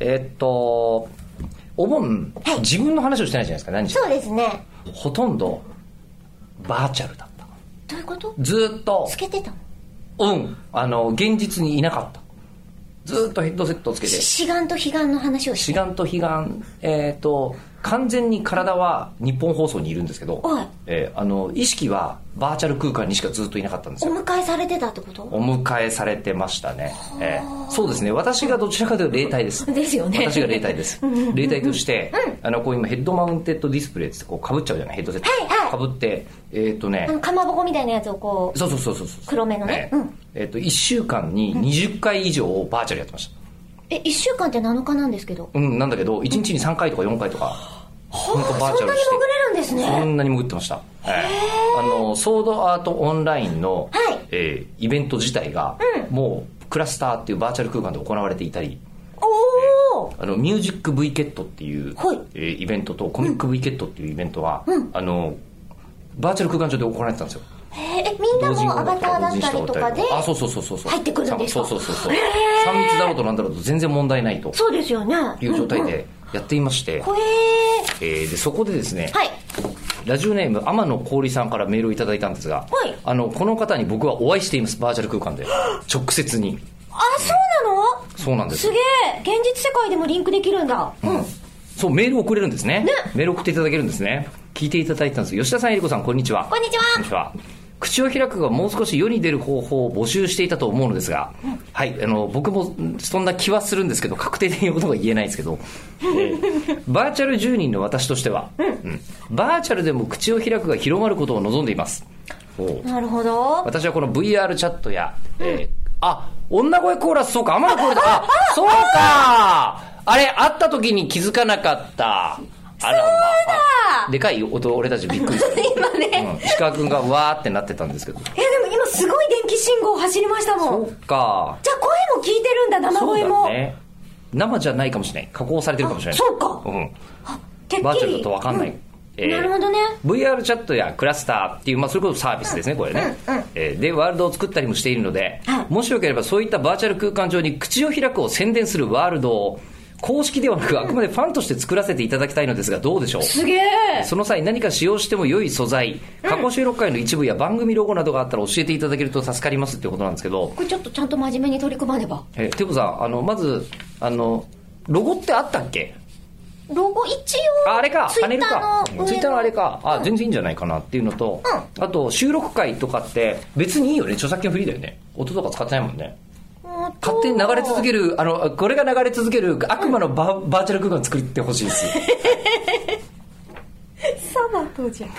えーっと、お盆、はい自分の話をしてないじゃないですか、何しそうですねほとんど、バーチャルだった。どういうことずーっとつ、けてたのうん、あの、現実にいなかった。ずーっとヘッドセットをつけて、志願と悲願の話をし志願と悲願、えーっと、完全に体は日本放送にいるんですけどはい、えーあの、意識はバーチャル空間にしかずっといなかったんですおよ。迎えされてたってことお迎えされてましたね、ええそうですね私がどちらかというと霊体ですですよね私が霊体です霊体として、あのこう今ヘッドマウンテッドディスプレイってこうかぶっちゃうじゃないヘッドセット、はいはいかぶってえっ、とねあのかまぼこみたいなやつをこうそうそうそうそうそう黒目のねええうんえっと1週間に20回以上バーチャルやってましたえ1週間って7日なんですけどうんなんだけど1日に3回とか4回とかはあそんなに潜れるんですそねんなに潜ってました、ええあのソードアートオンラインの、はいええイベント自体が、もうクラスターっていうバーチャル空間で行われていたりおおあのミュージック V ケットっていう、はいえーイベントとコミック V ケットっていうイベントは、あのバーチャル空間上で行われてたんですよええみんなもアバターだったりとかであそうそうそうそうそう入ってくるんですかそうそうそうそう3密だろうとなんだろうと全然問題ないとそうですよねいう状態でやっていまして、こええーでそこでですね、はいラジオネーム天野氷さんからメールをいただいたんですが、はいあのこの方に僕はお会いしていますバーチャル空間で直接にあそうなのそうなんですすげえ現実世界でもリンクできるんだうんそうメールを送れるんですねメール送っていただけるんですね聞いていただいたんです吉田さんえりこさんこんにちはこんにちこんはにちは口を開くがもう少し世に出る方法を募集していたと思うのですが、はい、あの僕もうんそんな気はするんですけど確定的なことが言えないですけ ど、えーバーチャル住人の私としては、うんバーチャルでも口を開くが広まることを望んでいますおうなるほど私はこの VR チャットや、えーあ女声コーラスそうか天野コーラス あそうかあれ会った時に気づかなかったあらまあでかい音俺たちびっくりした 今ねうん、石川君がわーってなってたんですけどえでも今すごい電気信号走りましたもそんうかじゃあ声も聞いてるんだ生そう声だもね生じゃないかもしれない加工されてるかもしれないそうかうん、てっきりバーチャルだと分かんない、えーなるほどね VR チャットやクラスターっていう、まあ、それこそサービスですね、これね、えーで、ワールドを作ったりもしているので、はいもしよければそういったバーチャル空間上に口を開くを宣伝するワールドを、公式ではなく、あくまでファンとして作らせていただきたいのですが、どうでしょうすげえその際何か使用しても良い素材、過去収録回の一部や番組ロゴなどがあったら教えていただけると助かりますってことなんですけど、これちょっとちゃんと真面目に取り組まねばえー、テコさん、あの、まず、あの、ロゴってあったっけロゴ一応ああれか、ツイパネッルタかー。のツイッターのあれか。あ、全然いいんじゃないかなっていうのと、あと、収録回とかって、別にいいよね。著作権フリーだよね。音とか使ってないもんね。勝勝手に流れ続るける、あの、これが流れ続ける悪魔のバ,、バーチャル空間作ってほしいです。サバトじゃん